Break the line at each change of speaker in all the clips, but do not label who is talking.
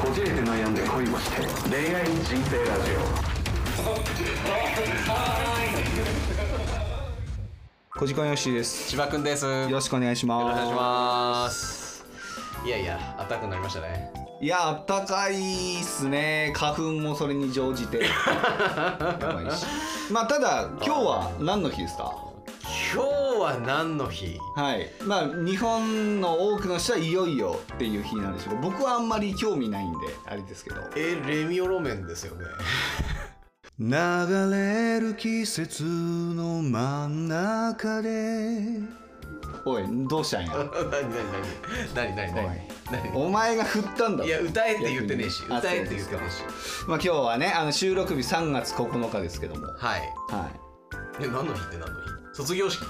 こじれて悩んで恋をして恋愛人生ラジ
小時間よしです。
千葉くんです。よ
よろしくお願いします。
お願いします。いやいや、暖かくなりましたね。
いや、あったかいっすね。花粉もそれに乗じて。やばいしまあ、ただ、今日は何の日ですか。
今日は何の日
はい、まあ、日本の多くの人はいよいよっていう日なんでしょう。僕はあんまり興味ないんで、あれですけど。
え、レミオロメンですよね。
流れる季節の真ん中で
おい、どうしたんや。
何何何何何何何
お前が振ったんだ
何
ろ
いや、歌えって言ってねえし、
あ
歌えって言って
そう
ね
で
えし。
すかまあ、今日はね、あの収録日3月9日ですけども。
はい。
は
え、何の日って何の日卒業式。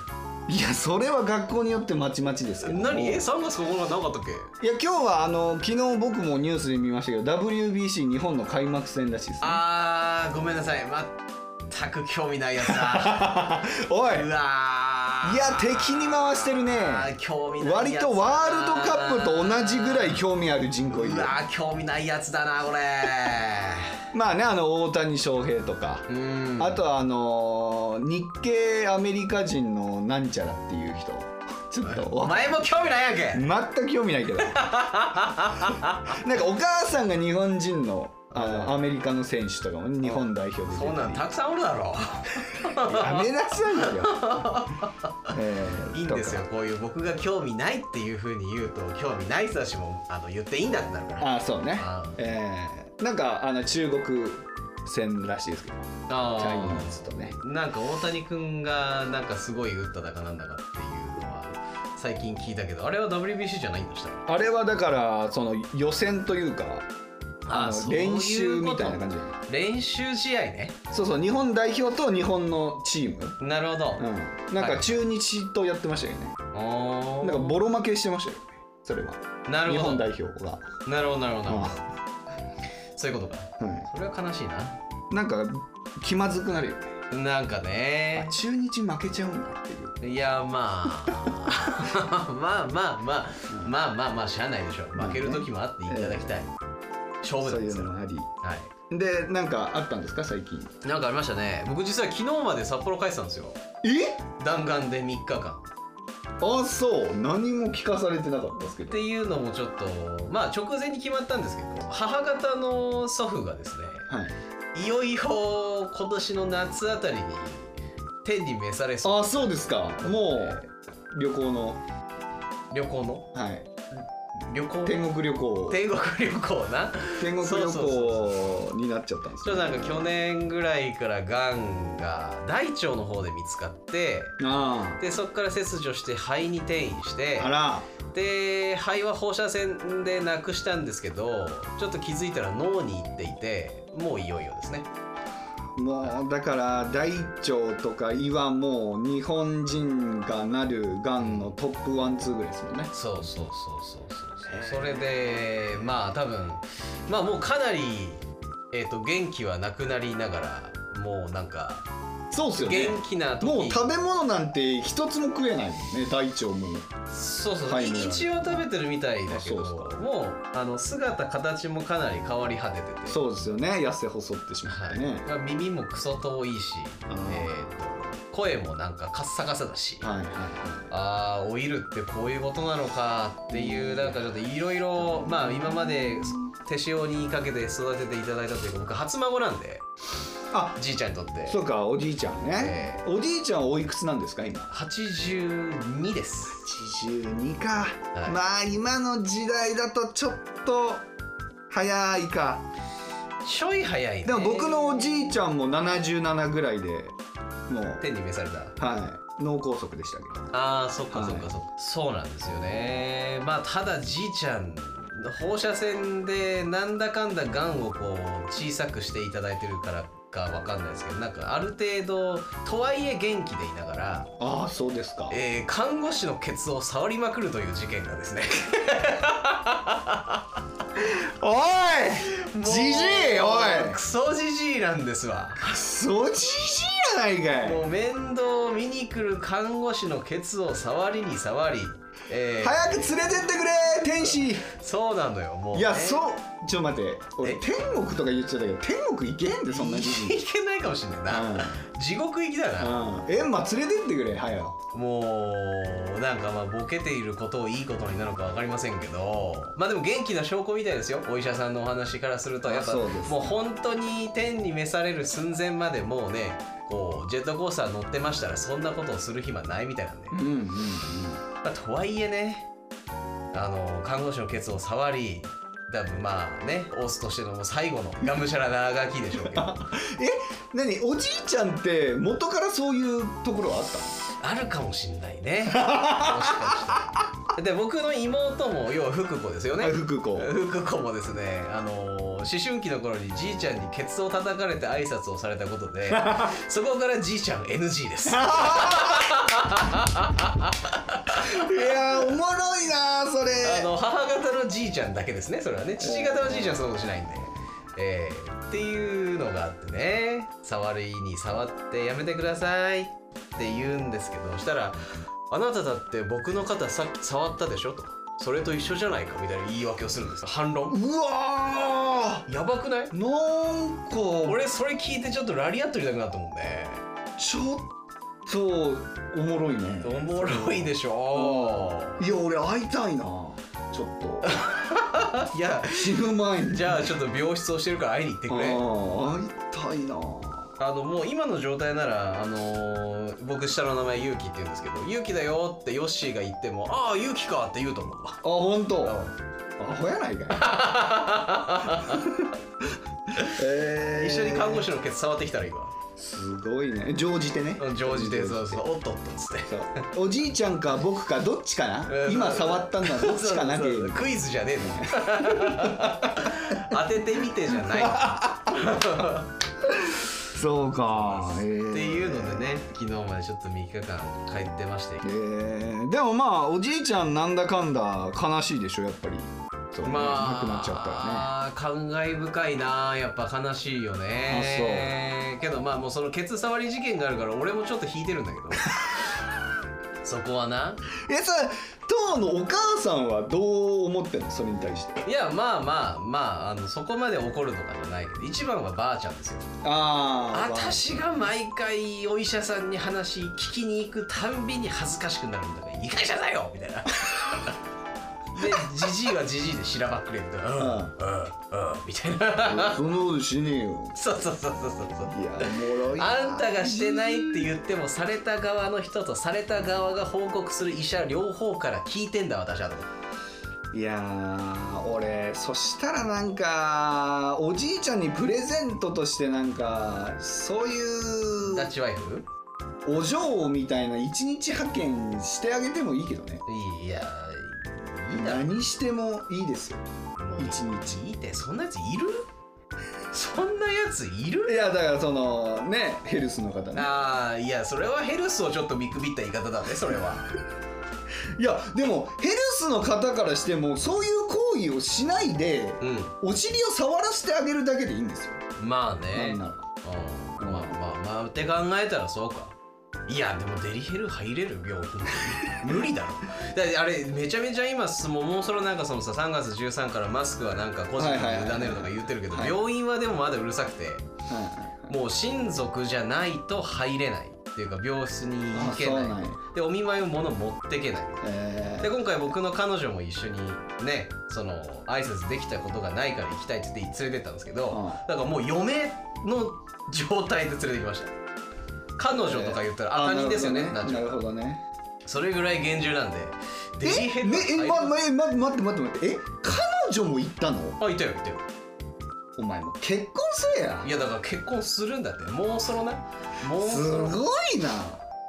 い。いや、それは学校によってまちまちですけども。
何え、3月9日なかったっけ
いや今日はあの昨日僕もニュースで見ましたけど WBC 日本の開幕戦らしいです、ね、
あー、ごめんなさい。全く興味ないや つだ。
おいう
わー。
いや敵に回してるね
あー興味ない
割
やつだ
とワールドカップと同じぐらい興味ある人口いうる
わー興味ないやつだ なこれ
まあねあの大谷翔平とか
う、ーん
あとはあのー日系アメリカ人のなんちゃらっていう人ちょっと
お
わ
前も興味ないやんけ
全く興味ない けどなんかお母さんが日本人のあのアメリカの選手とかも日本代表で出て
そんなん
り
たくさんおるだ ろ
やめなさい よ。えー
いいんですよ
とか
こういう僕が興味ないっていうふうに言うと興味ない人たちもあの言っていいんだってなるから
ああ、そうね
あー。
えー、なんかあの中国戦らしいですけど、
あ
チャイニーズとね。
なんか大谷君がなんかすごい打っただかなんだかっていうのは最近聞いたけどあれは WBC じゃないんでした
あれはだからその予選というか、あの練習みたいな感じ。
練習試合ね
そうそう、日本代表と日本のチーム。
なるほど、
うん、なんか中日とやってましたよね。
おー
なんかボロ負けしてましたよね。それは
なる
日
ほど
本代表が。
なるほどなるほどなるほど
う
そういうことか
ん
それは悲しいな
うんなんか気まずくなるよね。
なんかね
あ中日負けちゃうんだっていう。
いやまあ まあまあまあまあまあまあしゃあないでしょ
まあね
負ける時もあっていただきたい勝負
そ
な
うんい
で
う
すよ
のもあり。
は
でなんかあったんですか最近
いなんかありましたね僕実は昨日まで札幌帰ってたんですよ
え
弾丸で3日間っ
あそう何も聞かされてなかったですけど
ていうのもちょっとまあ直前に決まったんですけど母方の祖父がです
はい
ねいよいよ今年の夏あたりに天に召されそう
あそうですかもう旅行の
旅行の
はい
旅行
天国旅行
天国旅行な
天国旅行になっちゃったんです
ちょ
よ
っと
ね
なんか去年ぐらいからがんが大腸の方で見つかって
あ
でそこから切除して肺に転移して
ああら
で肺は放射線でなくしたんですけどちょっと気づいたら脳に行っていてもういよいよですね
もうだから大腸とか胃はもう日本人がなるがんのトップワンツーぐらいですもんね
そうそうそうそうそうそうそれでまあ多分まあもうかなり、えー、と元気はなくなりながらもうなんか
そうっすよね
元気な時
もう食べ物なんて一つも食えないもんね大腸も
そうそう、
はい
一応食べてるみたいだけど
あそうですか
もうあの姿形もかなり変わり果ててて
そうですよね痩せ細ってしまっ
は
て
い
ね、
まあ耳もクソ遠いし、え
あー
ーと声もなんかカッサカサだし、
はいはいはい
ああ老いるってこういうことなのかっていうなんかちょっといろいろまあ今まで手塩にかけて育てていただいたというか僕初孫なんで
あ
じいちゃんにとって
そうかおじいちゃんね、
え
おじいちゃんはおいくつなんですか今
82です
82か、
はい
まあ今の時代だとちょっと早いか
ちょい早いね
でも僕のおじいちゃんも77ぐらいでもう
天に召された
はい脳梗塞でしたけど
ああそっ
は
か
い
そっかそっか、そうなんですよねまあただじいちゃん放射線でなんだかんだがんをこう小さくしていただいてるからかわかんないですけどなんかある程度とはいえ元気でいながら、
ああそうですか
えー看護師のケツを触りまくるという事件が ですね
おいじじいおい
クソじじいなんですわ
クソじじいやないかい
もう面倒を見に来る看護師のケツを触りに触りえー
早く連れてってくれ天使い
そうなのよもう、ね、
やそうちょっと待って俺
え
天国とか言っちゃったけど天国行けへんでそんな時期
いけないかもしんないな、地獄行きだな、
うん、エンマ連れてってくれ早よ
もうなんかまあボケていることをいいことになるのか分かりませんけどまあでも元気な証拠みたいですよお医者さんのお話からするとやっぱ
そうです
もう本当に天に召される寸前までもうねこうジェットコースター乗ってましたらそんなことをする暇ないみたいなんで、
うんうんうん
まあ、とはいえねあの看護師のケツを触り多分まあねオスとしてのもう最後のがむしゃらなあがきでしょうけど
え何おじいちゃんって元からそういうところはあったの
あるかもしんない ねもしかしたらで僕の妹も要は福子ですよね
あ福子
福子もですねあのー思春期の頃にじいちゃんにケツを叩かれて挨拶をされたこ とでそこからじいちゃん NG です
いやーおもろいなーそれ
あの母方のじいちゃんだけですねそれはね父方のじいちゃんはそんなことしないんで、えーっていうのがあってね触りに触ってやめてくださいって言うんですけどしたら「あなただって僕の肩さっき触ったでしょ」と「それと一緒じゃないか」みたいな言い訳をするんですよ反論
うわ
やばくない
ーなんか
俺それ聞いてちょっとラリアット入れたくなったもんね
ちょっとおもろいね
おもろいでしょ
いや俺会いたいなちょっと
いや
死ぬ前に
じゃあちょっと病室をしてるから会いに行って
あ
くれ
ー会いたいな
あのもう今の状態なら、あのー僕下の名前ユウキって言うんですけど「ユウキだよ」ってヨッシーが言っても「ああユウキか」って言うと思うわ
あ本当。
う
アホやない かい、え
ん
ー
一緒に看護師のケツ触ってきたらいいわ
すごいね乗じてね
ジョージでそうそう「おっとっと」っつって
そうおじいちゃんか僕かどっちかな
うん
今触ったのはどっちかなって
そう
い
そう
う
そうクイズじゃ ねえの当ててみてじゃない
そうかって
って
い
いうのでね昨日までちょっと3日間帰ってまして
えーでもまあおじいちゃんなんだかんだ悲しいでしょやっぱりそうね
まあ
亡くなっちゃったらね
感慨深いなやっぱ悲しいよねけどまあもうそのケツ触り事件があるから俺もちょっと引いてるんだけど そこはな
えさ当のお母さんはどう思ってんのそれに対して
いやまあまあまああのそこまで怒るとかじゃないけど一番はばあちゃんですよ
あ
私が毎回お医者さんに話聞きに行くたんびに恥ずかしくなるんだから「いい会社だよ!」みたい なでじじいはじじいでしらばっくれみたいな「うんうんうん」みたいな
そんなことしねえよ
そうそうそうそうそうそう
いやおもろいな
あんたがしてないって言ってもされた側の人とされた側が報告する医者両方から聞いてんだ私はと思って
いやー俺そしたらなんかおじいちゃんにプレゼントとしてなんかそうい
ダ
う
ッチワイフ
お嬢みたいな一日派遣してあげてもいいけどね
いやいいだろ
何してもいいですよ
もう
一日
いいってそんなやついるそんなやついる
いやだからそのねヘルスの方ね
ああいやそれはヘルスをちょっと見くびった言い方だねそれはい
やでもヘルスの方からしてもそういう行為をしないで
う
お尻を触らせてあげるだけでいいんですよ、
んまあ
な
ね
んなら
うんまあまあまあって考えたらそうかいやでもデリヘル入れる病気 無理だろだってあれめちゃめちゃ今すもうもうそれなんかそのさ3月13からマスクはなんか個人に委
はいはいはい
ねるとか言ってるけど
はい
病院はでもまだうるさくて
はいはい
もう親族じゃないと入れないっていうか病室に行け
あそうな
なんい
や
でお見舞いのもの持ってけない
えー
で今回僕の彼女も一緒にねその挨拶できたことがないから行きたいって言って連れてったんですけど、
う
だからもう嫁の状態で連れてきました彼女とか言ったら
あ
赤人ですよね
な
な
るほど
んち
ねな
ゅう
るほどね
それぐらい厳重なんでデリヘ
え、
ル
ね、え、ま、
あ
ま、え、ま、待って待って待って、え、彼女も行ったの
いたよいたよ
お前もう結婚せえや
い。やだから結婚するんだってもうそろなもう
す
そろ
ごいな。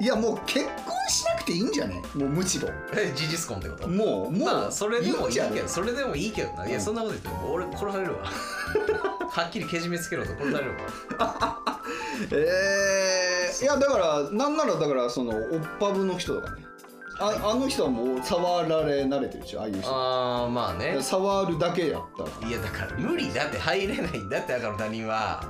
いや、もう結婚しなくていいんじゃねもうむしろ。
え事実婚ってこと
もう、もう、
まあそれでもいい
じゃね
けどそれでもいいけどないや
うん
そんなこと言っても俺殺さ れるわはっきりけじめつけろと殺されるわ
えーいや、だから、なんなら、だから、その、おっぱぶの人とかね。ああの人はもう触られ慣れてるでしょああいう人
ああまあね
触るだけやったら
いやだから無理だって入れないんだって赤の他 人は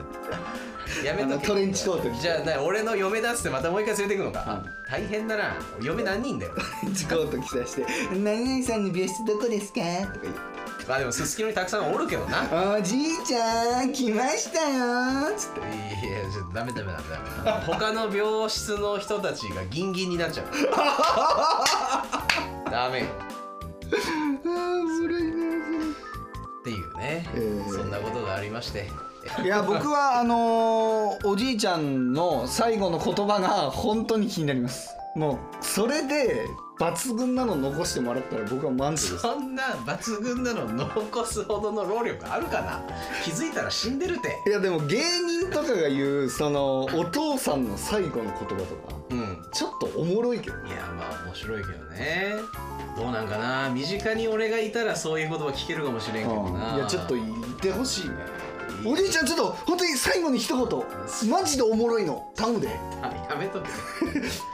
やめ
あ
と
の
け
トレンチコート着て
じゃあな俺の嫁だっつってまたもう一回連れてくのか、大変だな嫁何人だよ
チコート着さして「 何々さんの病室どこですか?」とか言って
まあでもすすきのにたくさんおるけどな
「
い
おじいちゃん来ましたよ」つって
やちょっとダメダメダメダメ他の病室の人たちがギンギンになっちゃう ダメよ
ああおもろいな
っていうね、
ー
そんなことがありまして
いや僕はあのーおじいちゃんの最後の言葉が本当に気になりますもうそれで抜群なの残してもらったら僕は満足です
そんな抜群なの残すほどの労力あるかな気づいたら死んでるて
いやでも芸人とかが言うそのお父さんの最後の言葉とか
うん
ちょっとおもろいけど
いやまあ面白いけどねどうなんかな身近に俺がいたらそういうことは聞けるかもしれんけどない
やちょっと言ってほしいねおじいちゃんちょっと本当に最後に一言マジでおもろいの頼むで
あやめとけ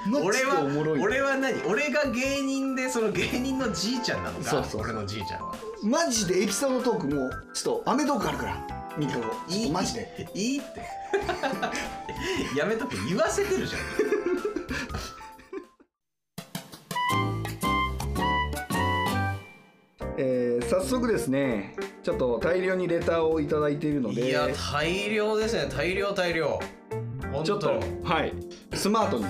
マジ
俺
で
は
おもろいの
俺は何俺が芸人でその芸人のじいちゃんなのか
そうそうそう
俺のじいちゃんは
マジでエピソードトークもうちょっとアメトークあるから3日後ちょっとマジで
いいって やめとけ言わせてるじゃん
えー早速ですねちょっと大量にレターを頂いただいているので
いや大量ですね大量大量本
ちょっ
当
と
に
はいスマートに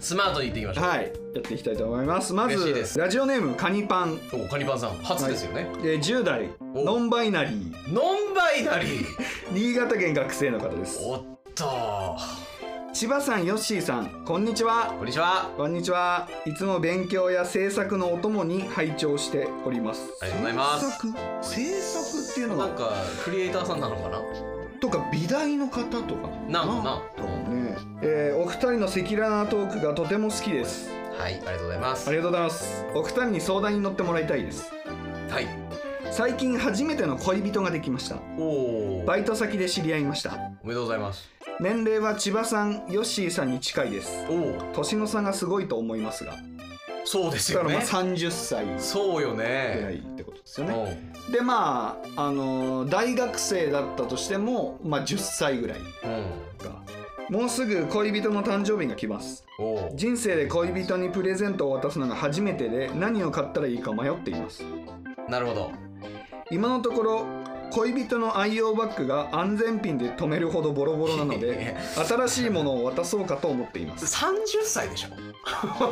スマートにいっていきましょう、
はいやっていきたいと思いますま
嬉し
ず
いです
ラジオネームカニパン、
おカニパンさん初ですよね、
えー10代
お
ノンバイナリー
ノンバイナリー
新潟県学生の方です
おっと
千葉さんヨッシーさんこんにちは
こんにちは
こんにちはいつも勉強や制作のお供に拝聴しております
ありがとうございます
制作制作っていうの
な
は
んかクリエイターさんなのかな
とか美大の方とか
なんかな
とね、えーお二人の赤裸々なトークがとても好きです
はいありがとうございます
ありがとうございますお二人に相談に乗ってもらいたいです
はい
最近初めての恋人ができました
おお
バイト先で知り合いました
おめでとうございます
年齢は千葉さんヨッシーさんに近いです
おお
年の差がすごいと思いますが
そうです
だか
よ
らま
ね
あ30歳ぐ
そうよ
らい
ね
ってことですよね
うん
でまあ、あのー大学生だったとしても、まあ、10歳ぐらい
うん
かもうすぐ恋人の誕生日が来ます
おお
人生で恋人にプレゼントを渡すのが初めてで何を買ったらいいか迷っています
なるほど
今のところ恋人の愛用バッグが安全ピンで止めるほどボロボロなの
いや
で新しいものを渡そうかと思ってい ます
30歳でし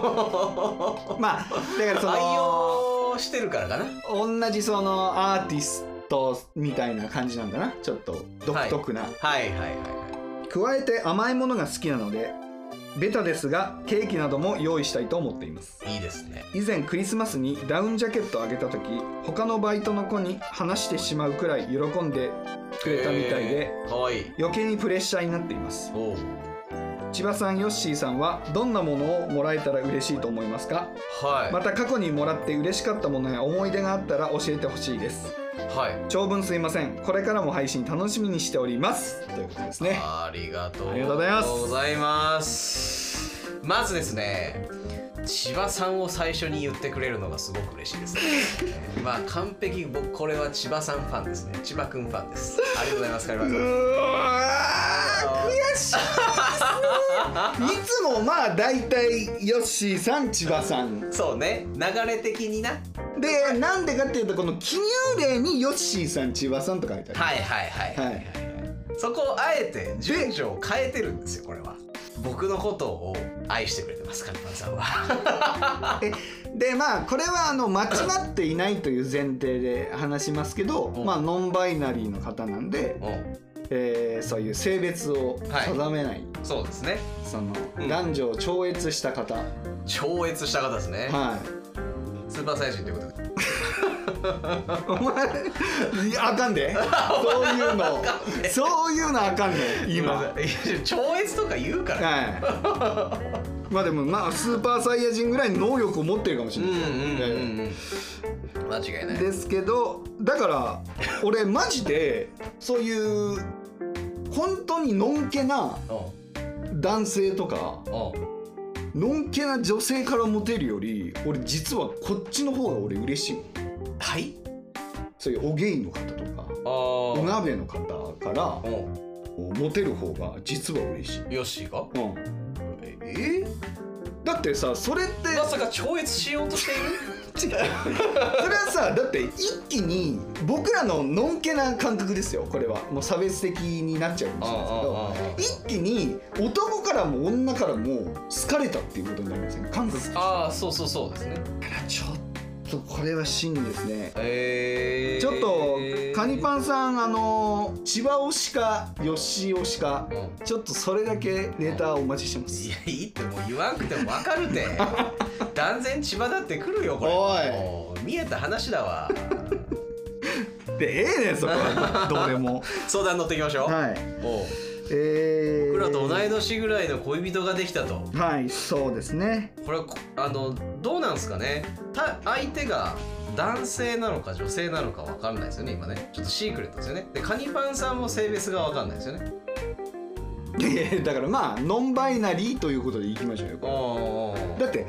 ょ
まあだからそ
愛
の
用してるからかな
同じそのアーティストみたいな感じなんだなちょっと独特な、
はいはいはいはい
加えて甘いものが好きなのでベタですがケーキなども用意したいと思っています
いいですね。
以前クリスマスにダウンジャケットをあげた時他のバイトの子に話してしまうくらい喜んでくれたみたいで、
えー。かわいい。
余計にプレッシャーになっています
おう
千葉さんヨッシーさんはどんなものをもらえたら嬉しいと思いますか
はい。
また過去にもらって嬉しかったものや思い出があったら教えてほしいです
はい。
長文すいませんこれからも配信楽しみにしておりますということですね
ありがとう
ありがとうございます
ございます。まずですね、千葉さんを最初に言ってくれるのがすごく嬉しいですね。 えーまあ完璧僕これは千葉さんファンですね。千葉くんファンです。ありがとうございます。カリバさん
悔しいですねいつもまあ大体ヨッシーさん千葉さん
そうね。流れ的にな。はい
でなんでかっていうとこの記入例にヨッシーさん千葉さんと書いてある、
はいはいはい。
はい
そこをあえて順序を変えてるんですよこれは。僕のことを愛してくれてますカリバさんは。
でまあこれはあの間違っていないという前提で話しますけど、
うん
まあノンバイナリーの方なんで、
う
えーそういう性別を定めない、
ん。そうですね。
その
うん
男女を超越した方、
超越した方ですね、
はい
スーパーサイヤ人ということで
お前いや あかんでそういうのそういうのあかんねん今はい
いや超越とか言うから、
まあでもまあスーパーサイヤ人ぐらいの能力を持ってるかもし
う
れ
ん
な
う
い、
んうんうん間違いない
ですけどだから俺マジでそういう本当にのんけな
うん
男性とか
うん
のんけな女性からモテるより俺実はこっちの方が俺嬉しいもん
はい
そういうおゲイの方とか
あ
お
あ
鍋の方から
うん
モテる方が実は嬉しい、
ヨッシーが
うん、
ええ
だってさそれって
まさか超越しようとしてい る
違うそれはさだって一気に僕らののんけな感覚ですよこれはもう差別的になっちゃうかもしれない
ああああああ
ですけど一気に男からも女からも好かれたっていうことになりません、ね、感覚として
ああそうそうそうですね
ちょっとこれは真ですね
えー、
ちょっとカニパンさんあの千葉推しか吉井推しか
うん
ちょっとそれだけネタお待ちしてます
いやいいってもう言わんくても分 かるて断然千葉だって来るよこれ
おい
もう見えた話 だわ
でええねんそこ はどうでも
相談乗っていきましょう、
はい
おう
えー、
僕らと同い年ぐらいの恋人ができたと
はいそうですね
これはこあのどうなんですかねた相手が男性なのか女性なのか分かんないですよね今ねちょっとシークレットですよねでカニパンさんも性別が分かんないですよね
いやい やだからまあノンバイナリーということでいきましょうよ
お
こ
うおうおう
れだって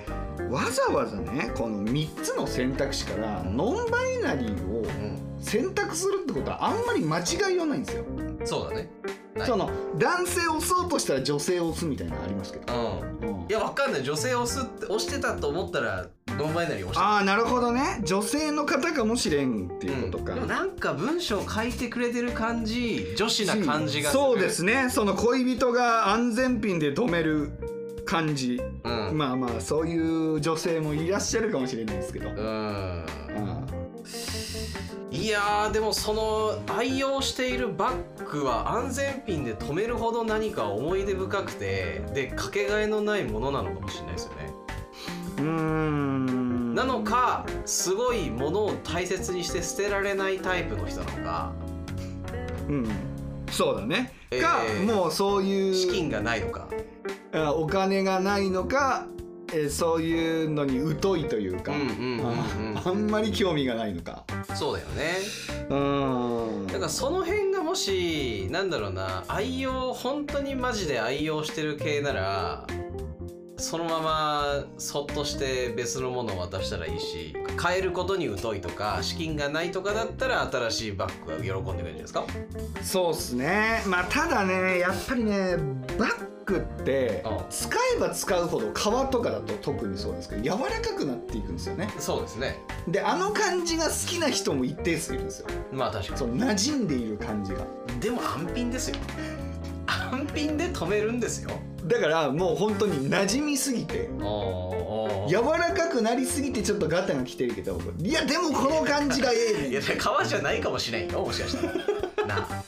わざわざねこの3つの選択肢からノンバイナリーを
うん
選択するってことはあんまり間違いはないんですよ、
そうだねない
その男性を押そうとしたら女性を押すみたいなのありますけど、
うん
うん
いや分かんない女性を押すって押してたと思ったらノンバイナリー押してた
ああなるほどね女性の方かもしれんっていうことか、
でもなんか文章書いてくれてる感じ女子な感じがする
そうですねその恋人が安全ピンで止める感じ、
うん、
まあまあそういう女性もいらっしゃるかもしれないですけど、
うん
うん
いやーでもその愛用しているバッグは安全ピンで止めるほど何か思い出深くてでかけがえのないものなのかもしれないですよね
うーん
なのかすごいものを大切にして捨てられないタイプの人なのか
うんそうだね、
えー
かもうそういう
資金がないのか
あお金がないのか、えーそういうのに疎いという
う
か、
んうんうん
ああんまり興味がないのか
うんそうだよね
うん
だからその辺がもしなんだろうな愛用本当にマジで愛用してる系ならそのままそっとして別のものを渡したらいいし買えることに疎いとか資金がないとかだったら新しいバッグが喜んでくれるんじゃないですか
そうっすねまあただねやっぱりねバッグって
うん
使えば使うほど革とかだと特にそうですけど柔らかくなっていくんですよね
そうですね
であの感じが好きな人も一定数いるんですよ
まあ確か
その馴染んでいる感じが
にでも安品ですよ安品で止めるんですよ
だからもう本当に馴染みすぎて
お
柔らかくなりすぎてちょっとガタが来てるけどいやでもこの感じがええ
い
ね
や
ん
革じゃないかもしれんよもしかした らなあ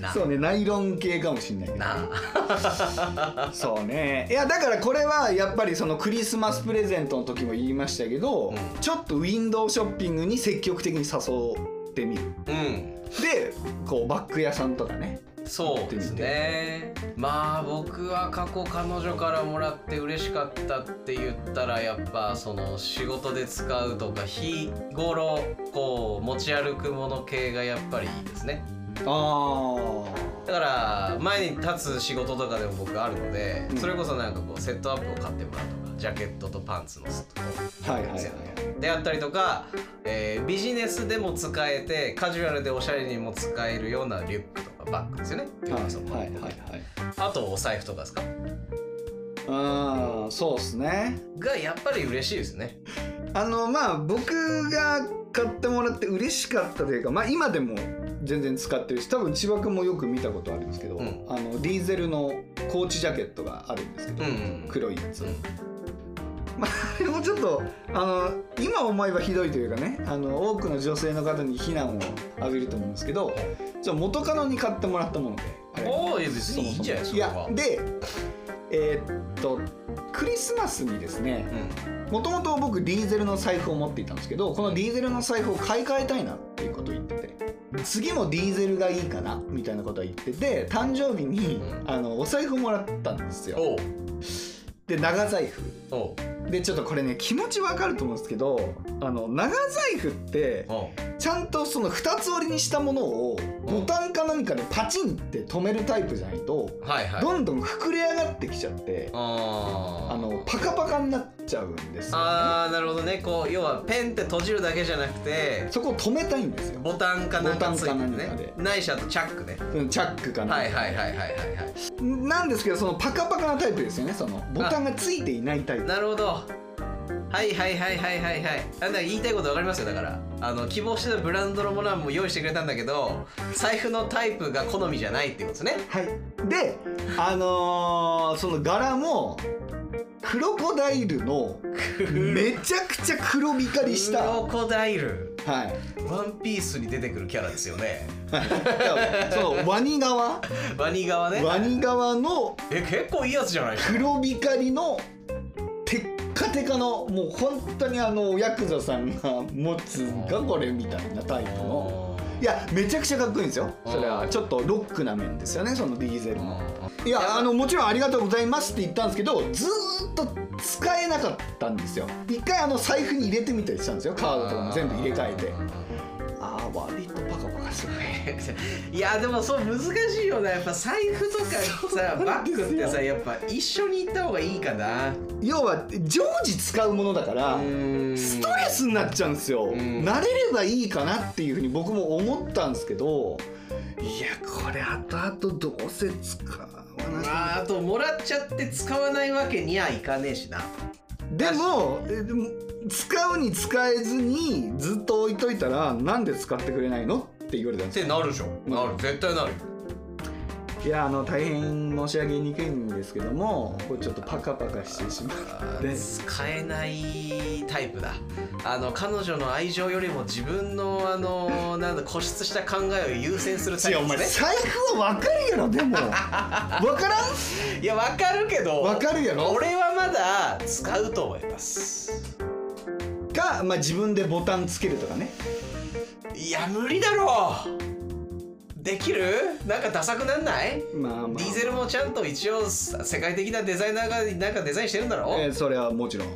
なあ
そうねナイロン系かもしんないけど
なあ
そうねいやだからこれはやっぱりそのクリスマスプレゼントの時も言いましたけど、
うん
ちょっとウィンドウショッピングに積極的に誘ってみる
うん
でこうバッグ屋さんとかね
そうですねまあ僕は過去彼女からもらって嬉しかったって言ったらやっぱその仕事で使うとか日頃こう持ち歩くもの系がやっぱりいいですね
あ
だから前に立つ仕事とかでも僕あるので、
うん
それこそなんかこうセットアップを買ってもらうとかジャケットとパンツのセット
あはいはいはい
セットであったりとか、えービジネスでも使えてカジュアルでおしゃれにも使えるようなリュックとかバッグですよね
はい
そこ
はいはいはい
あとお財布とかですか
あーそうっすね
がやっぱり嬉しいですね。
あのまあ僕が買ってもらって嬉しかったというかまあ今でも全然使ってるし多分千葉君もよく見たことあるんですけど、
うん
あのディーゼルのコーチジャケットがあるんですけど、
うんうんうん
黒いやつ、
うん
でもちょっとあの今思えばひどいというかねあの多くの女性の方に非難を浴びると思うんですけどちょ元カノに買ってもらったものであれ
おーいや別にいいんじゃない
そ
そ
も
れ
そ
は
もいやでえーっとクリスマスにですねもともと僕ディーゼルの財布を持っていたんですけどこのディーゼルの財布を買い替えたいなっていうことを言ってて次もディーゼルがいいかなみたいなことは言ってて誕生日に
うん
あのお財布もらったんです
うん。
よ
おう
で長財布
おう
でちょっとこれね気持ちわかると思うんですけどあの長財布って
おう
ちゃんとその二つ折りにしたものをボタンかなんかでパチンって止めるタイプじゃないと
はいはい
どんどん膨れ上がってきちゃって
あー
あのパカパカになっちゃうんですよ、ね、
あーなるほどねこう要はペンって閉じるだけじゃなくて
そこを止めたいんですよ
ボタンかなんかついて
ボタンかなんか
ね
で
ないしあとチャックね
うんチャックかな、
はいはいはいはいはいは
なんですけどそのパカパカなタイプですよねそのボタンがついていないタイ
い
プ
なるほどはいはいはいはいはいはいあだから言いたいことわかりますよだからあの希望してたブランドのものはもう用意してくれたんだけど財布のタイプが好みじゃないってことですね
はいであのーその柄もクロコダイルのめちゃくちゃ黒光りし
ク
た
ロコダイル
はい
ワンピースに出てくるキャラですよね
そのワニ側
ワニ側ね
ワニ側の
え結構いいやつじゃないですか
黒光りのテッカテカのもう本当にあのヤクザさんが持つがこれみたいなタイプのいやめちゃくちゃかっこいいんですよそれはちょっとロックな面ですよねそのディーゼルのいやあのもちろんありがとうございますって言ったんですけどずーっと使えなかったんですよ一回あの財布に入れてみたりしたんですよカードとかも全部入れ替えてああ割とパカパカするね
いやでもそう難しいよなやっぱ財布とかさバッグってさやっぱ一緒に行った方がいいかな
要は常時使うものだからス
ス
トレスになっちゃうんですよ
ん
慣れればいいかなっていうふうに僕も思ったんですけどいやこれ後々どうせ使わない
ああともらっちゃって使わないわけにはいかねえしな
でもえでも使うに使えずにずっと置いといたらなんで使ってくれないのって言われたんですよ
なるでしょ
なる
絶対なるよ
いやあの大変申し上げにくいんですけどもこれちょっとパカパカしてしまって
使えないタイプだあの彼女の愛情よりも自分のあのなんだ固執した考えを優先するタイ
いやお
プ
前
ですね
財布は分かるやろでも分からん
いやわかるけど
わかるやろ
俺はまだ使うと思います
か、まあ、自分でボタンつけるとかね
いや無理だろうできるなんかダサくなんない
まあまあ
ディーゼルもちゃんと一応さ世界的なデザイナーがなんかデザインしてるんだろ、
えーそれはもちろん。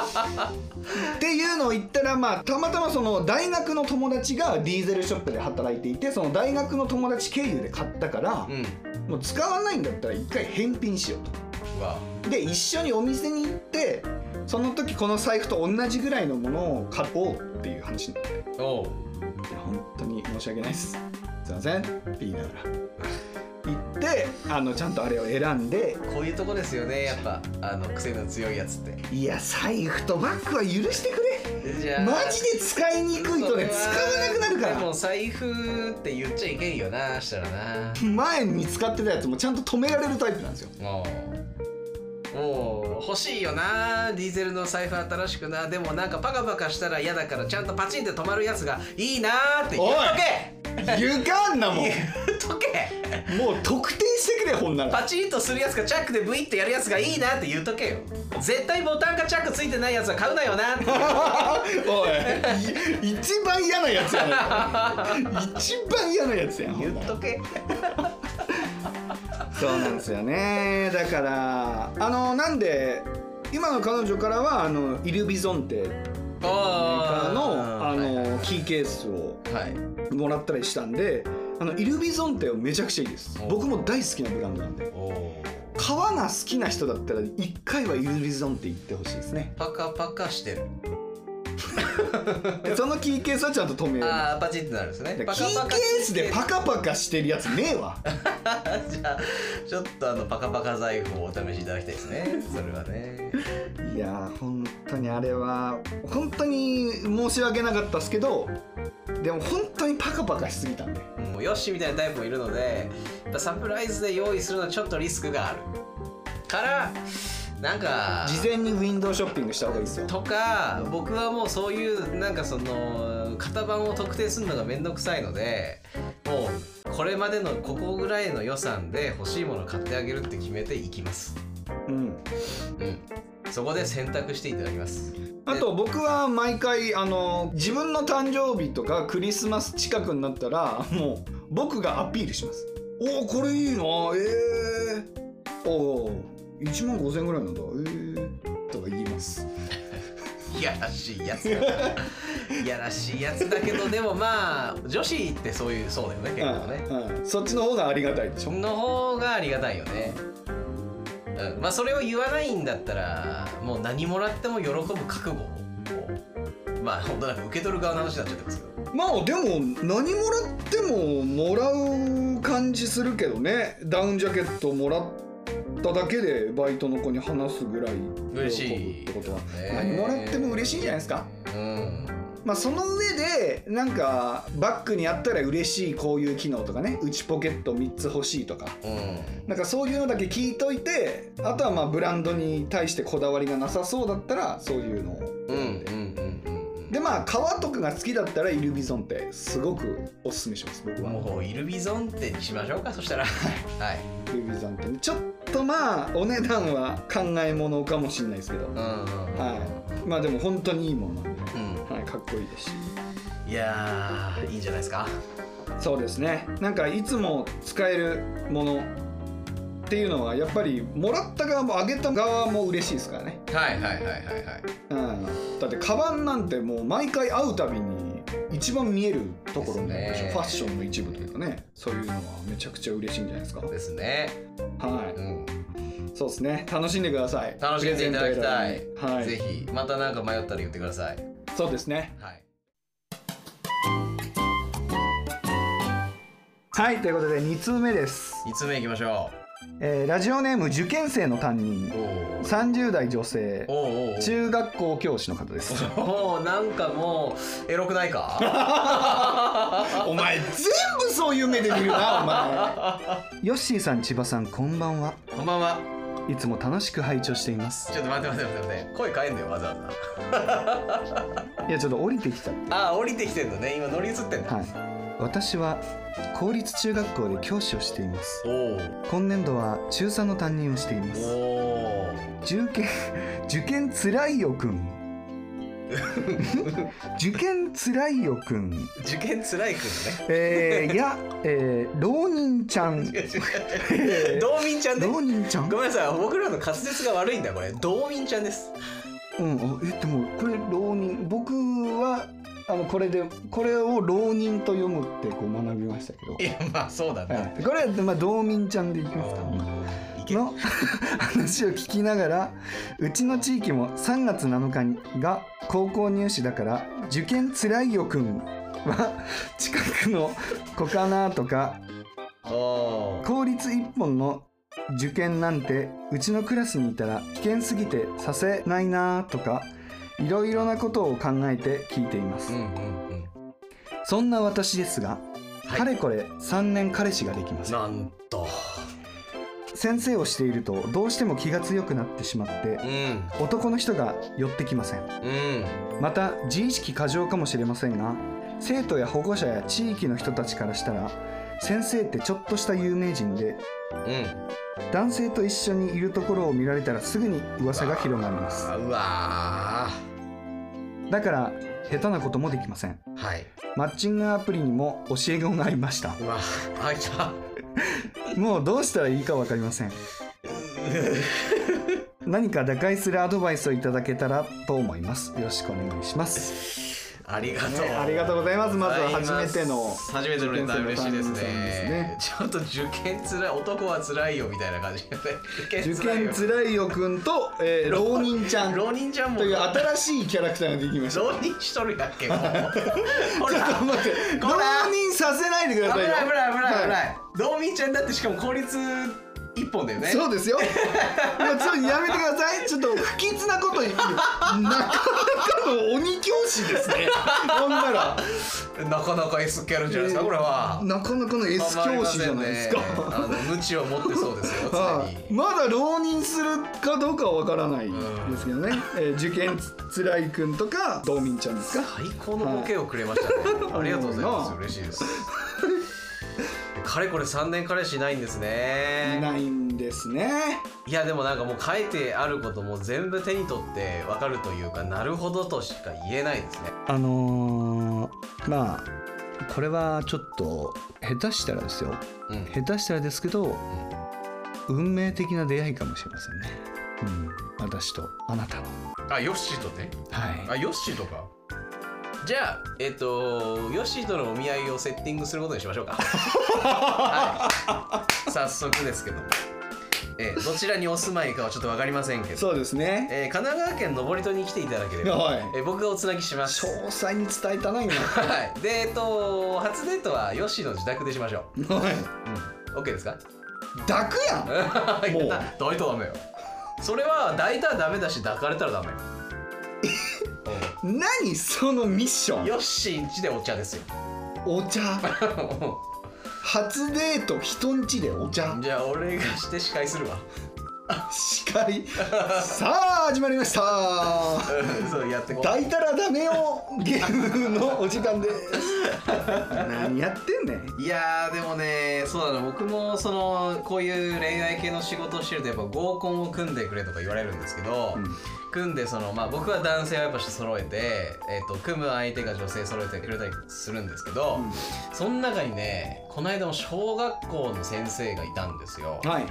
っていうのを言ったら、まあ、たまたまその大学の友達がディーゼルショップで働いていてその大学の友達経由で買ったから、
うん
もう使わないんだったら一回返品しよう
うわ
と。で一緒にお店に行ってその時この財布と同じぐらいのものを買おうっていう話になってい
おう
や本当に申し訳ないですすいませんって言いながら行ってあのちゃんとあれを選んで
こういうとこですよねやっぱあの癖の強いやつって
いや財布とバッグは許してくれ
じゃあ
マジで使いにくいとね使わなくなるか
でも
ら
財布って言っちゃいけんよなしたらな
前に使ってたやつもちゃんと止められるタイプなんですよ
もうもう欲しいよなディーゼルの財布新しくなでもなんかパカパカしたら嫌だからちゃんとパチンって止まるやつがいいなーって言っと
ゆかんなもん
け言っとけ
もう特定してくれほんなら
パチンとするやつかチャックでブイってやるやつがいいなって言っとけよ絶対ボタンかチャックついてないやつは買うなよなって
おいい一番嫌なやつやね一番嫌なやつやんほん
言
な
っ
ら
とけ
そうなんですよねだからあのなんで今の彼女からはあのイルビゾンテか
あ
らのあ
はい
のキーケースを
はい
もらったりしたんであのイルビゾンテはめちゃくちゃいいです
お
僕も大好きなブランドなんで
おー
革が好きな人だったら一回はイルビゾンテ行ってほしいです ね
パカパカしてる
そのキーケースはちゃんと止める
ああパチンってなるんですね
キー
パカパカ
ケースでパカパカしてるやつねえわ
じゃあちょっとあのパカパカ財布をお試しいただきたいです ねそれはね
いやー本当にあれは本当に申し訳なかったですけどでも本当にパカパカしすぎたんで
もうヨッシーみたいなタイプもいるのでやっぱサプライズで用意するのはちょっとリスクがあるからなんか
事前にウィンドウショッピングした方がいいですよ
とか僕はもうそういうなんかその型番を特定するのがめんどくさいのでもうこれまでのここぐらいの予算で欲しいものを買ってあげるって決めていきます
うん
うんそこで選択していただきます
あと僕は毎回あの自分の誕生日とかクリスマス近くになったらもう僕がアピールしますおおこれいいなええー、おお1万5000円ぐらいなんだええー、とか言いますです
いやらしいやつ だないやらしいやつだけどでもまあ女子ってそういうそうだよね結構ね、
うんうん、そっちの方がありがたいでしょ
の方がありがたいよね、うん、まあそれを言わないんだったらもう何もらっても喜ぶ覚悟をまあ本当なんか受け取る側の話になっちゃってますけど
まあでも何もらってももらう感じするけどねダウンジャケットもらっただけでバイトの子に話すぐらい
嬉
喜
し
ぶ
い
ってことは
ね
何もらっても嬉しいんじゃないですか
うん
まあその上でなんかバッグにあったら嬉しいこういう機能とかね内ポケット3つ欲しいとか
うん
なんかそういうのだけ聞いといてあとはまあブランドに対してこだわりがなさそうだったらそういうのを
うんうんうんうんうん
でまあ革とかが好きだったらイルビゾンってすごくおすすめします僕は
もうイルビゾンテにしましょうかそしたらはい
イルビゾンってねちょっとまあお値段は考えものかもしれないですけど
うんうん
はいまあでも本当にいいものなんで、
うん
はい、かっこいいですし
うんいやーいいんじゃないですか
そうですねなんかいつも使えるものっていうのはやっぱりもらった側もあげた側も嬉しいですからね
はいはいはいはいはい
うんだってカバンなんてもう毎回会うたびに一番見えるところになるでしょ
ですね
ファッションの一部というかねそういうのはめちゃくちゃ嬉しいんじゃないですか
ですね
はい、
うん
そうですね楽しんでください
楽しんでいただきたい
プレゼント選びはい
ぜひまたなんか迷ったら言ってください
そうですね
はい
はいということで2通目です、
2つ目いきましょ
えーラジオネーム受験生の担任
うおー
30代女性
おーおーおー
中学校教師の方です
おーなんかもうエロくない か
お前全部そういう目で見るなお前ヨッシーさん千葉さんこんばんは
こんばんはい
つも楽しく拝聴しています
ちょっと待って待って待って待って声変えんだよわざわ
いやちょっと降りてきちゃって
ざあー降りてきてんのね今乗り移ってんだ
はい私は公立中学校で教師をしています
おー
今年度は中3の担任をしていま
お
す
お
受験受験つらいよくん 受験つらいよくん
受験つらいくんね
えー、いや、えー、浪人ちゃんえー
道民ちゃんね
浪人ちゃん
ごめんなさい僕らの滑舌が悪いんだこれ道民ちゃんです
うんあえでもこれ浪人僕はあのこれでこれを浪人と読むってこう学びましたけど
いやまあそうだね、
はいこれは、まあ、道民ちゃんでいきますか
いけ
の話を聞きながらうちの地域も3月7日にが高校入試だから受験つらいよくんは近くの子かなとか
おー
公立一本の受験なんてうちのクラスにいたら危険すぎてさせないなとかいろいろなことを考えて聞いています、
うんうんうん
そんな私ですが、
はい
かれこれ3年彼氏ができます
なんと
先生をしているとどうしても気が強くなってしまって
うん
男の人が寄ってきません
うん
また自意識過剰かもしれませんが生徒や保護者や地域の人たちからしたら先生ってちょっとした有名人で
うん
男性と一緒にいるところを見られたらすぐに噂が広がります
あうわ
だから下手なこともできません
ーはい
マッチングアプリにも教え子がありました
うわあいた
もうどうしたらいいか分かりません何か打開するアドバイスをいただけたらと思いますよろしくお願いします、
ありがとう、
ねありがとうございますまずは初めての
初めてのレター嬉しいですね
受験生の担任さんで
ちょっと受験つらい男はつらいよみたいな感じで
受
受
験
験つ
つらいよくんと、えー、浪人ちゃん
らいよ浪人ちゃんも
という新しいキャラクターができました
浪人しとるやっ けもうほら
ちょっと待って
こら
浪人させないでく
危
だ
な
さい
い
よ
危ない危ない危
は
ない道民ちゃんだってしかも効率一本だよね
そうですよ。いやちょっとやめてください。ちょっと不吉なこと言って、なかなかの鬼教師ですね。ほんなら、
なかなか S キャラじゃないですかこれは
なかなかの S 教師じゃないですか。
あまりませんねあの無知を持ってそうですよ 常
は
に
い、まだ浪人するかどうかはわからないですけどね、えー受験つつらいくんとか道民ちゃんですか
最高のボケをくれましたねありがとうございます嬉しいです かれこれ3年彼氏いないんです
い
ね
ないんですね
いやでもなんかもう書いてあることも全部手に取って分かるというかなるほどとしか言えないですね
あのーまあこれはちょっと下手したらですよ
うん
下手したらですけど運命的な出会いかもしれませんね
私とあなたの
あヨッシーとね
は
あヨッシーとかじゃあえっ、とヨッシーとのお見合いをセッティングすることにしましょう かはい早速ですけども、えーどちらにお住まいかはちょっと分かりませんけ
い
ど、
そうですね
えー神奈川県登戸に来ていただければ、
はい
えー僕がおつなぎします
詳細に伝えた ないな
はいでえっ、と初デートはヨッシーの自宅でしましょ
は
う、うん、OK ですか
い抱くやん
い
もう
やだ抱いたらダメよそれは抱いたらダメだし抱かれたら ダメよ
何そのミッシ
うん
ョン
ヨッシーんちでお茶ですよ
お 茶初デート人んちでお茶
じゃあ俺がして司会するわ
司 会さあ始まりました
そうやってこう
抱いたらダメよゲームのお時間です 何やってんねん
いやーでもねそうなの僕もそのこういう恋愛系の仕事をしてるとやっぱ合コンを組んでくれとか言われるんですけど、
うん
組んでその、まあ、僕は男性はやっぱ揃えて、えっと組む相手が女性揃えてくれたりするんですけど、その中にねこの間も小学校の先生がいたんですよ。
はい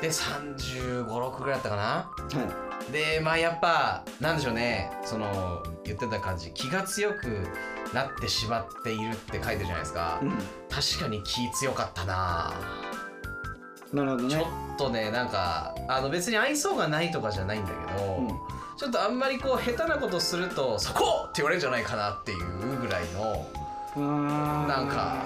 で3 5 6ぐらいだったかな
は
でまあやっぱなんでしょうねその言ってた感じ気が強くなってしまっているって書いてるじゃないですか、
い、うん
確かに気強かったな
なるほど
ちょ
ね
っとねなんかあの別に愛想がないとかじゃないんだけど、
うん
ちょっとあんまりこう下手なことすると「そこ!」って言われるんじゃないかなっていうぐらいのな
なん
か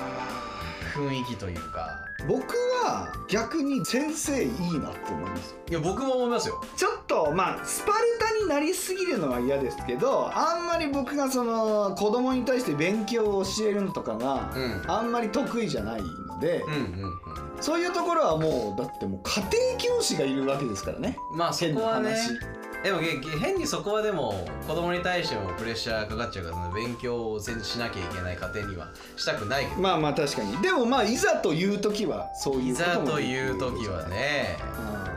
雰囲気というか
僕は逆に先生いいなって思います
いや僕も思いますよ
ちょっとまあスパルタになりすぎるのは嫌ですけどあんまり僕がその子供に対して勉強を教えるのとかが
うん
あんまり得意じゃないので、
うんうん
そういうところはもうだってもう家庭教師がいるわけですからね
うんまあそ
変
こ
な
はね
話、
でもげげ変にそこはでも子供に対してもプレッシャーかかっちゃうからその勉強を全然しなきゃいけない家庭にはしたくないけど
まあまあ確かにでもまあいざという時はそうい
いう
こと
ざ
もでき
と
る
いう時はね
うん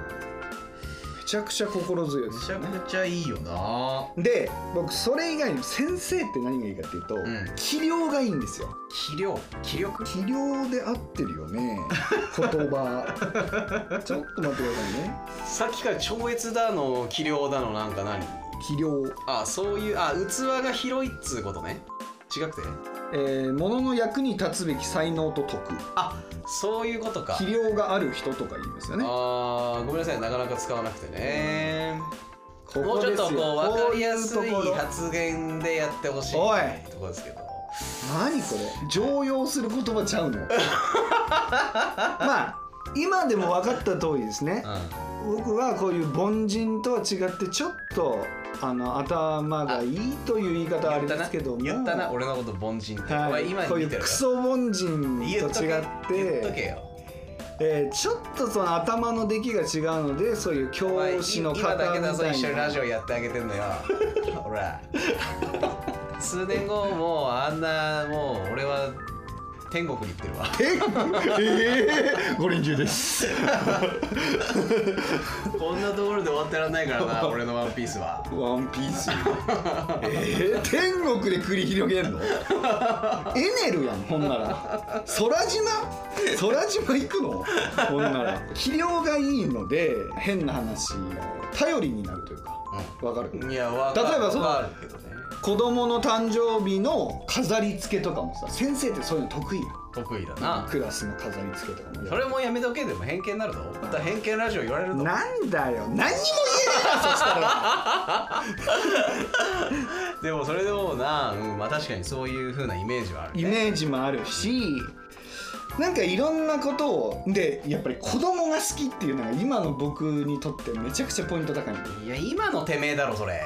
めちゃくちゃ心強いで
め
す
ち
よ
ゃ
ね
くちゃいいよな
で僕それ以外にも先生って何がいいかっていうと、
ん
器量がいいんですよ
気量気力
器量で合ってるよ ね言葉ちょっと待ってくださいね
さっきから超越だの気量だのなんか何
器量
あそういうあ器が広いっつうことね違くて
えー、物の役に立つべき才能と徳
あそういうことか
器量がある人とか言いますよね
あーごめんなさいなかなか使わなくてね
こ
もう
こ
ちょっ
です
とこ
よ
う分かりやす
こう
いう
ところ
発言でやってほしい
おい
とこですけど
何これ常用する言葉ちゃ うのまあ今でも分かった通りですね
う
僕はこういう凡人とは違ってちょっとあの頭がいいという言い方はあれですけども
言ったな俺のこと凡人って、お
は
前
い、
今
こうい
見
う
てる
クソ凡人と違
言っ
っ
とけ言っとけ
て、
よ
えーちょっとその頭の出来が違うのでそういう
お前
教師の方
今だけ
み
だぞ
た
一緒
い
にラ
な
ジオやってあげてんの よほら数年後もうあんなもう俺は天国に行ってるわ
ええご臨終です
こんなところで終わってらんないからな 俺のワンピースは
ワンピースえー天国で繰り広げんのエネルやんほんなら空島空島行くのほんなら肥料がいいので変な話頼りになるというかわかる
いやわ
例えばその
わかるけどね
子供の誕生日の飾り付けとかもさ先生ってそういうの得意や
得意だなん
クラスの飾り付けとかもや
そ
る
れもやめとけでも偏見になるぞまた偏見ラジオ言われるぞ
なんだよ何にも言えねえなそしたら
でもそれでもな、うん、まあ確かにそういう風なイメージはある
イ
ね
メージもあるしなんかいろんなことをでやっぱり子供が好きっていうのが今の僕にとってめちゃくちゃポイント高い
いや今のてめえだろ それ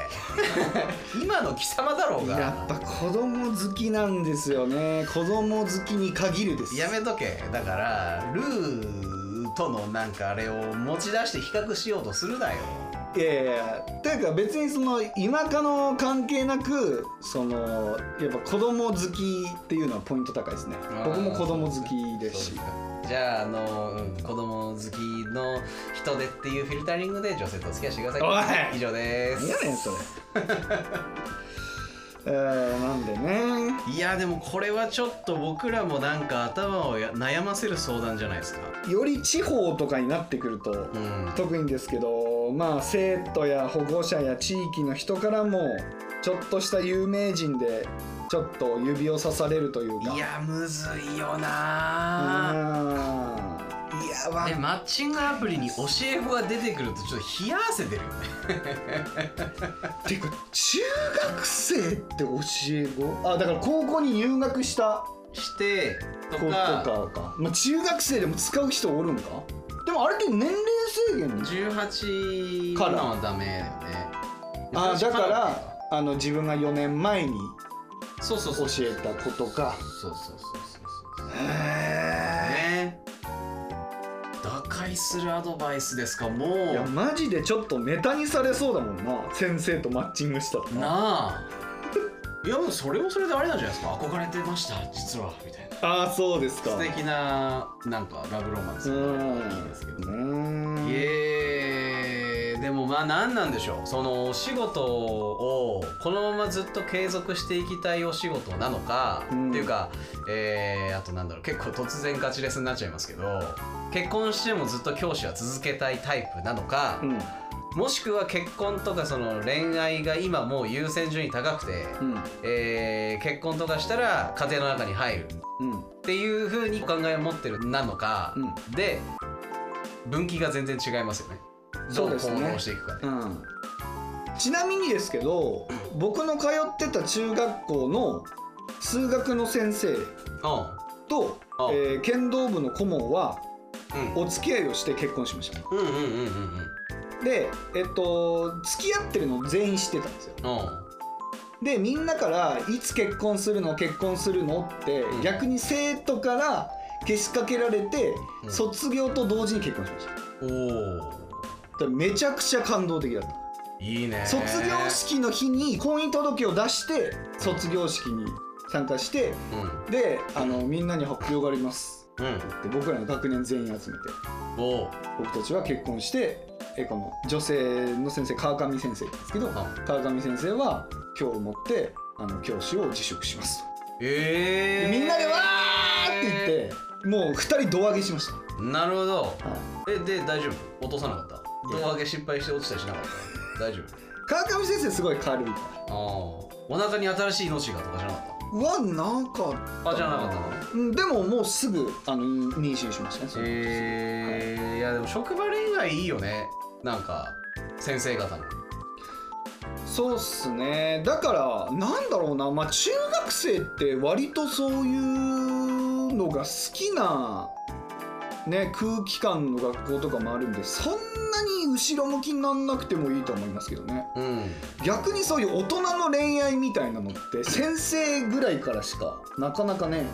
今の貴様だろうが
やっぱ子供好きなんですよね子供好きに限るです
やめとけだからルーとのなんかあれを持ち出して比較しようとするなよ
いやいやいやというか別にその今かの関係なくそのやっぱ子供好きっていうのはポイント高いですね
ー
僕も子供好きですし
そうじゃああの、うん子供好きの人でっていうフィルタリングで女性とお付き合いしてください
おい
以上で
何やねん
す
それ えーなんでね
いやでもこれはちょっと僕らもなんか頭をや悩ませる相談じゃないですか
より地方とかになってくると
うん
特にですけどまあ、生徒や保護者や地域の人からもちょっとした有名人でちょっと指をさされるというか
いやむずいよな
あーいやわ
ね、マッチングアプリに教え子が出てくるとちょっと冷や汗出るよね
てか中学生って教え子あだから高校に入学した
してと
子と
か
かか、まあ、中学生でも使う人おるんかでもあれって年齢制限に
18
から
今はダメだよね
あだか
18
らあの自分が4年前に
そうそう
教
そう
えた子とか
そうそうそうそうそうね打開するアドバイスですかも
いや
う
マジでちょっとネタにされそうだもんな先生とマッチングしたら
なあいやもうそれもそれであれなんじゃないですか憧れてました実はみたいな
ああそうですか
素敵ななんかラブロマンスみたいなのがいいですけどね
うん
いえーでもまあ何なんでしょうそのお仕事をこのままずっと継続していきたいお仕事なのか、
うん
っていうか、えーあとなんだろう結構突然ガチレスになっちゃいますけど結婚してもずっと教師は続けたいタイプなのか、
うん
もしくは結婚とかその恋愛が今もう優先順位高くて、
うん
えー結婚とかしたら家庭の中に入る
うん
っていうふうにお考えを持ってるなのか、
う
で分岐が全然違いますよね
そ
ど
う
う
ですね
行動していくかで
うんちなみにですけど僕の通ってた中学校の数学の先生
う
と
あ、
えー剣道部の顧問は
ん
お付き合いをして結婚しました
うんうんうんうんうん
でえっと付き合ってるの全員知ってたんですよ
うん
でみんなから「いつ結婚するの結婚するの?」って、
ん
逆に生徒からけしかけられて、
うん
卒業と同時に結婚しましただか
うんお
らめちゃくちゃ感動的だった、
ーいいね
卒業式の日に婚姻届を出して卒業式に参加して
うん
であのみんなに発表があります
うん
で僕らの学年全員集めて
お
僕たちは結婚してえこの女性の先生川上先生ですけど
あ
川上先生は今日をもってあの教師を辞職しますと。
え
で
ー、
みんなでわーって言ってもう2人胴上げしまし
なるほど
た、
えで大丈夫落とさなかった胴上げ失敗して落ちたりしなかった大丈
川上先生すごい軽いか
夫あーお腹に新しい命がとかじゃなから
はなか
ったあじゃなかったの
うんでももうすぐあの妊娠しましたねその時
えーいやでも職場恋愛いいよねなんか先生方の
そうっすねだからなんだろうな、まあ、中学生って割とそういうのが好きな、ね、空気感の学校とかもあるんでそんなに後ろ向きになんなくてもいいと思いますけどね
うん
逆にそういう大人の恋愛みたいなのって先生ぐらいからしかなかなかね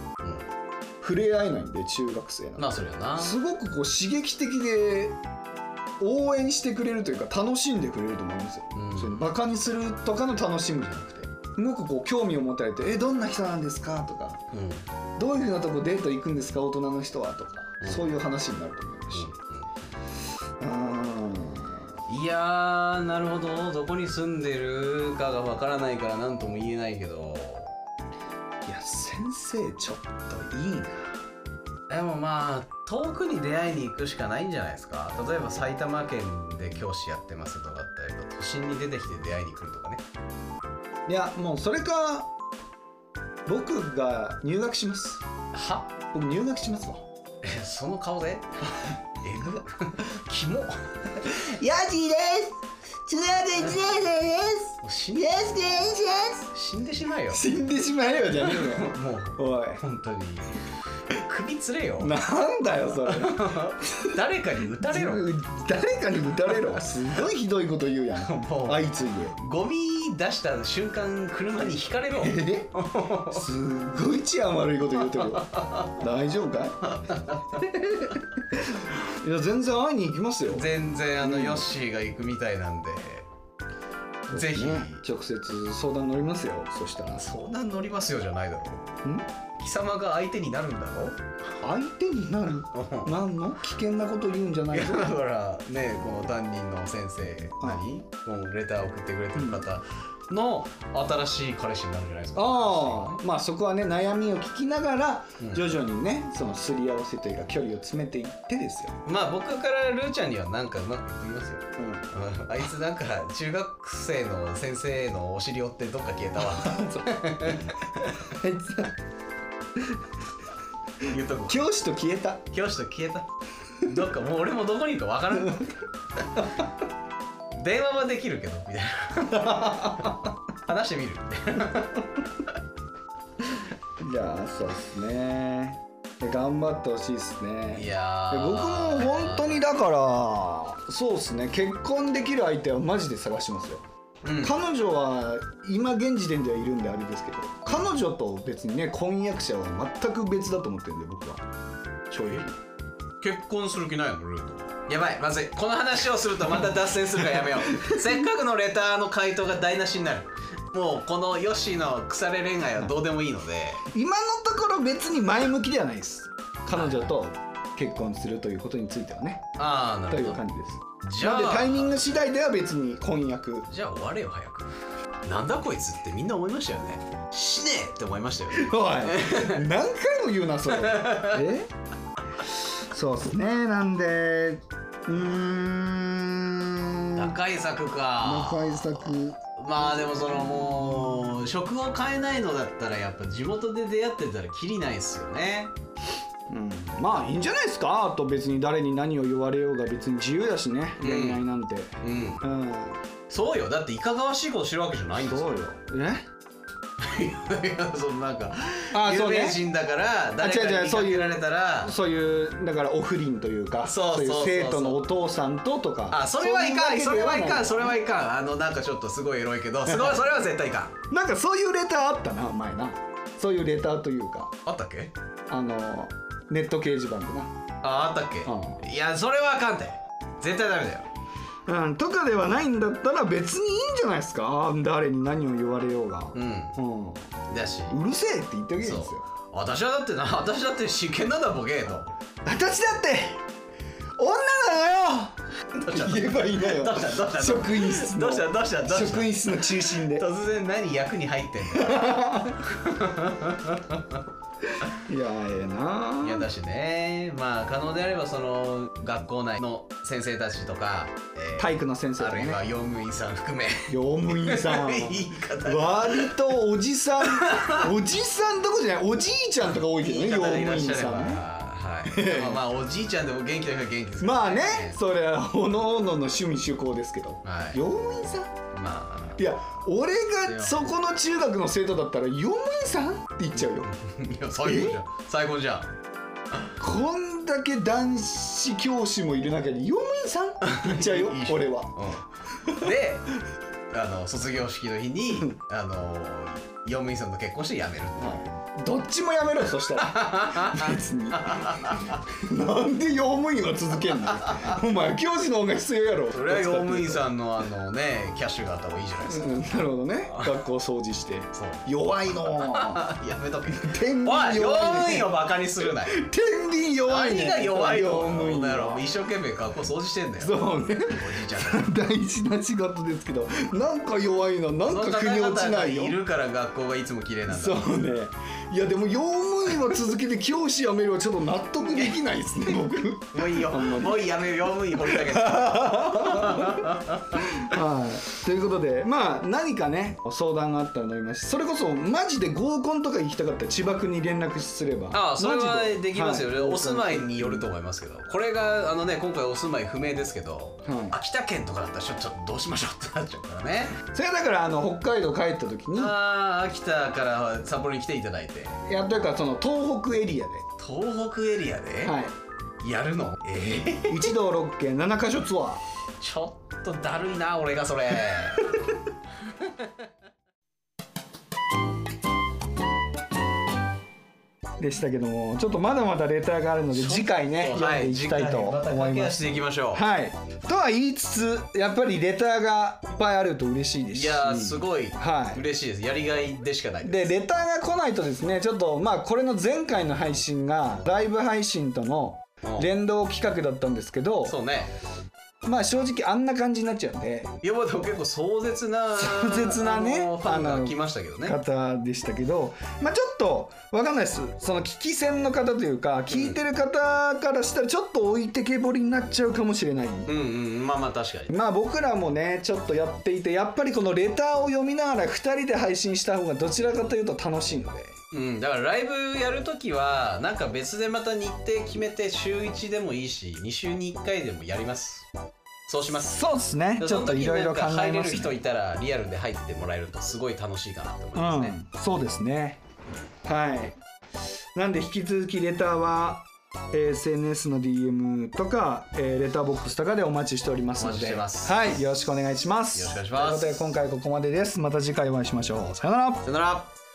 触れ合えないんで中学生なん
まあそれやな
てすごくこう刺激的で応援してくれるというか楽しんでくれると思いますよ
うん
そういうバカにするとかの楽しみじゃなくてすごくこう興味を持たれて「えどんな人なんですか?」とか
うんう
「
ん
どういうふうなとこデート行くんですか大人の人は?」とか
うん
そういう話になると思いますしうー
いやーなるほどどこに住んでるかがわからないから何とも言えないけど
んいや先生ちょっといいな
でもまあ遠くに出会いに行くしかないんじゃないですか例えば埼玉県で教師やってますとかってやっぱ都心に出てきて出会いに来るとかね
いやもうそれか僕が入学します
は
僕入学しますわ
えその顔 でえぐ キモ
ヤジです中学1年生です
もう死ん
よろしくお願いし
死んでしまえよ
死んでしまえよじゃねえよ
もう
お
本当に首つれよ
いなんだよそれ
誰かに撃たれろ
誰かに打たれろすごいひどいこと言うやん
もう
相次い
ゴミ出した瞬間車にひかれろ
でえすごい治安悪いこと言うてるよ大丈夫かいいや全然会いに行きますよ
全然あの
うん
ヨッシーが行くみたいなんで、ぜひ、
ね直接相談乗りますよそしたら
相談乗りますよじゃないだろ
ん
貴様が相手になるんだろ
相手になる
う
なんの危険なこと言うんじゃないい
や
ぞ
だからねこの担任の先生何、このレター送ってくれてる方、の新しい彼氏になるんじゃないですか
ああまあそこはね悩みを聞きながら
うん
徐々にねそのすり合わせというか距離を詰めていってですよ、
まあ僕からルーちゃんにはなんかうまく言ってきますよ うんあいつなんか中学生の先生のお尻折ってどっか消えたわ
あいつは
言うとこ
教師と消えた
教師と消えたどっかもう俺もどこにいるかわ からん電話はできるけどみたいな話してみる
いやーそうですねいや頑張ってほしいですね
いや
で
ー
僕も本当にだからそうですね結婚できる相手はマジで探しますよ
うん
彼女は今現時点ではいるんであれですけど彼女と別にね婚約者は全く別だと思ってるんで僕は正直
結婚する気ないのルートやばいまずいこの話をするとまた脱線するからやめよ うせっかくのレターの回答が台無しになるもうこのヨッシーの腐れ恋愛はどうでもいいので
今のところ別に前向きではないです彼女と結婚するということについてはね
ああな
とい
る
う
ほど
感じです
じ
な
ゃ
のでタイミン
あ
グ次第では別に婚約
じゃあ終われよ早くなんだこいつってみんな思いましたよね死ねえって思いましたよね
おい 何回も言うなそれ えそうですねなんでうーん
打開策か
仲井作
まあでもそのもう職を変えないのだったらやっぱ地元で出会ってたらきりないっすよね
うんまあいいんじゃないですかあと別に誰に何を言われようが別に自由だしね
うん
恋愛なんて
うん
うん、
そうよだっていかがわしいことしてるわけじゃないんですよ
そうよえ
いやそのなんか
あ
有
そうね
名人だから誰か
あ違う違う
に見
そ
か
うい
け
う
られたら
そういうだからオフリンというか
そうそうそうそう
いう生徒のお父さんととか
あそれはいかんそうれ
うわ
は
け
い
で
か
なん
それはいかんあのなんかちょっとすごいエロいけどすごいそれは絶対いかん
なんかそういうレターあったな前なそういうレターというか
あったっけ
あのネット掲示板で
ああったっけ、いやそれはあかんて絶対ダメだよ
な、うん、とかではないんだったら別にいいんじゃないですか誰に何を言われようが、
うん
うんう
だし
るせえって言ってあげるんですよ
私はだってな 私だって真剣なんだボケーと
私だって女なのよ言えばいいのよ
どうしたどうした
職員室の
どうしたどうしたどうした
職員室の中心で
突然何役に入ってん だよ
いやええない
やだしねまあ可能であればその学校内の先生たちとか、えー
体育の先生と
あ
か
るい
ね
は用務員さん含め
用務員さん
言い方
割とおじさ んおじさんどこじゃないおじいちゃんとか多いけど
言
ね
い
用
方でいら
務
っ
員
しゃれば
さんね
はいでもまあおじいちゃんでも元気な人は元気ですから
まあねそれはおのおのの趣味趣向ですけど
はい
用務員さん
まあ
いや俺がそこの中学の生徒だったら用務員さんって言っちゃうよ
いや最高じゃん最高じゃん
こんだけ男子教師もいる中に用務員さんって言っちゃうよ
いいじゃん
俺は
うんであの卒業式の日にあの用務員さんと結婚して辞めるっていう
どっちもやめろよそしたら 別になんで用務員は続け んのお前教師の方が必要やろ
それは用務員さんのあのねキャッシュがあった方がいいじゃないですか、
うんなるほどね学校掃除して
そう
弱いの
やめとけ
天
お
秤
い用
弱
務
い
員
ね
をバカにす るなよ
天秤弱いね
何が弱いの
用務員
だろ
は
一生懸命学校掃除してんだよ
そうね
おじいちゃ ん
大事な仕事ですけどなんか弱いなな
その
んか腑
方
に
々
落ちな
が
いよ
いるから学校がいつも綺麗なんだ
そうね。いやでも用務員は続けて教師辞めるはちょっと納得できないですね。僕。
もういいよもういいやめよう用務員掘り下げて
はい。ということで、まあ何かね相談があったら乗りますし、それこそマジで合コンとか行きたかったら千葉君に連絡すれば。
ああそれはできますよ、
ね
お住まいによると思いますけどこれがあのね今回お住まい不明ですけど、
はい
秋田県とかだったらちょっとどうしましょうってなっちゃうからね
それはだからあの北海道帰った時に、い
ああ秋田から札幌に来ていただいて
やというかその東北エリア
東北エリア
で、
で
はい。
やるの、ええ
一道六県七カ所ツアー。
ちょっとだるいな俺がそれ
でしたけどもちょっとまだまだレターがあるので次回 ね読んでいきたいと
また
思い
駆け
ま
足
す
でいきましょう、
はい、とは言いつつやっぱりレターがいっぱいあると嬉しいで
い、
すし
やーすごい
はい
嬉しいですやりがいでしかない
でレターが来ないとですねちょっとまあこれの前回の配信がライブ配信との
うん
連動企画だったんですけど
そうね
まあ正直あんな感じになっちゃうんで
いやまあでも結構壮絶な
壮絶なね
あのファンが来ましたけどね
方でしたけど、まあ、ちょっとわかんないですその聞き戦の方というか聞いてる方からしたらちょっと置いてけぼりになっちゃうかもしれない、
うんうんまあまあ確かに
まあ僕らもねちょっとやっていてやっぱりこのレターを読みながら2人で配信した方がどちらかというと楽しいので
うん、だからライブやるときはなんか別でまた日程決めて週1でもいいし2週に1回でもやりますそうします
そうですねちょっといろいろ考
そ
え
の時になんか入れ
ま
る
す
人
ね
いたらリアルで入ってもらえるとすごい楽しいかなと思いますね、
うん、そうですねはいなんで引き続きレターはえー SNS の DM とか、えーレターボックスとかでお待ちしておりますので
お待ちしてます
はい、よろしくお願いします
よろしくお願いします
ということで今回ここまでですまた次回お会いしましょうさよなら
さよなら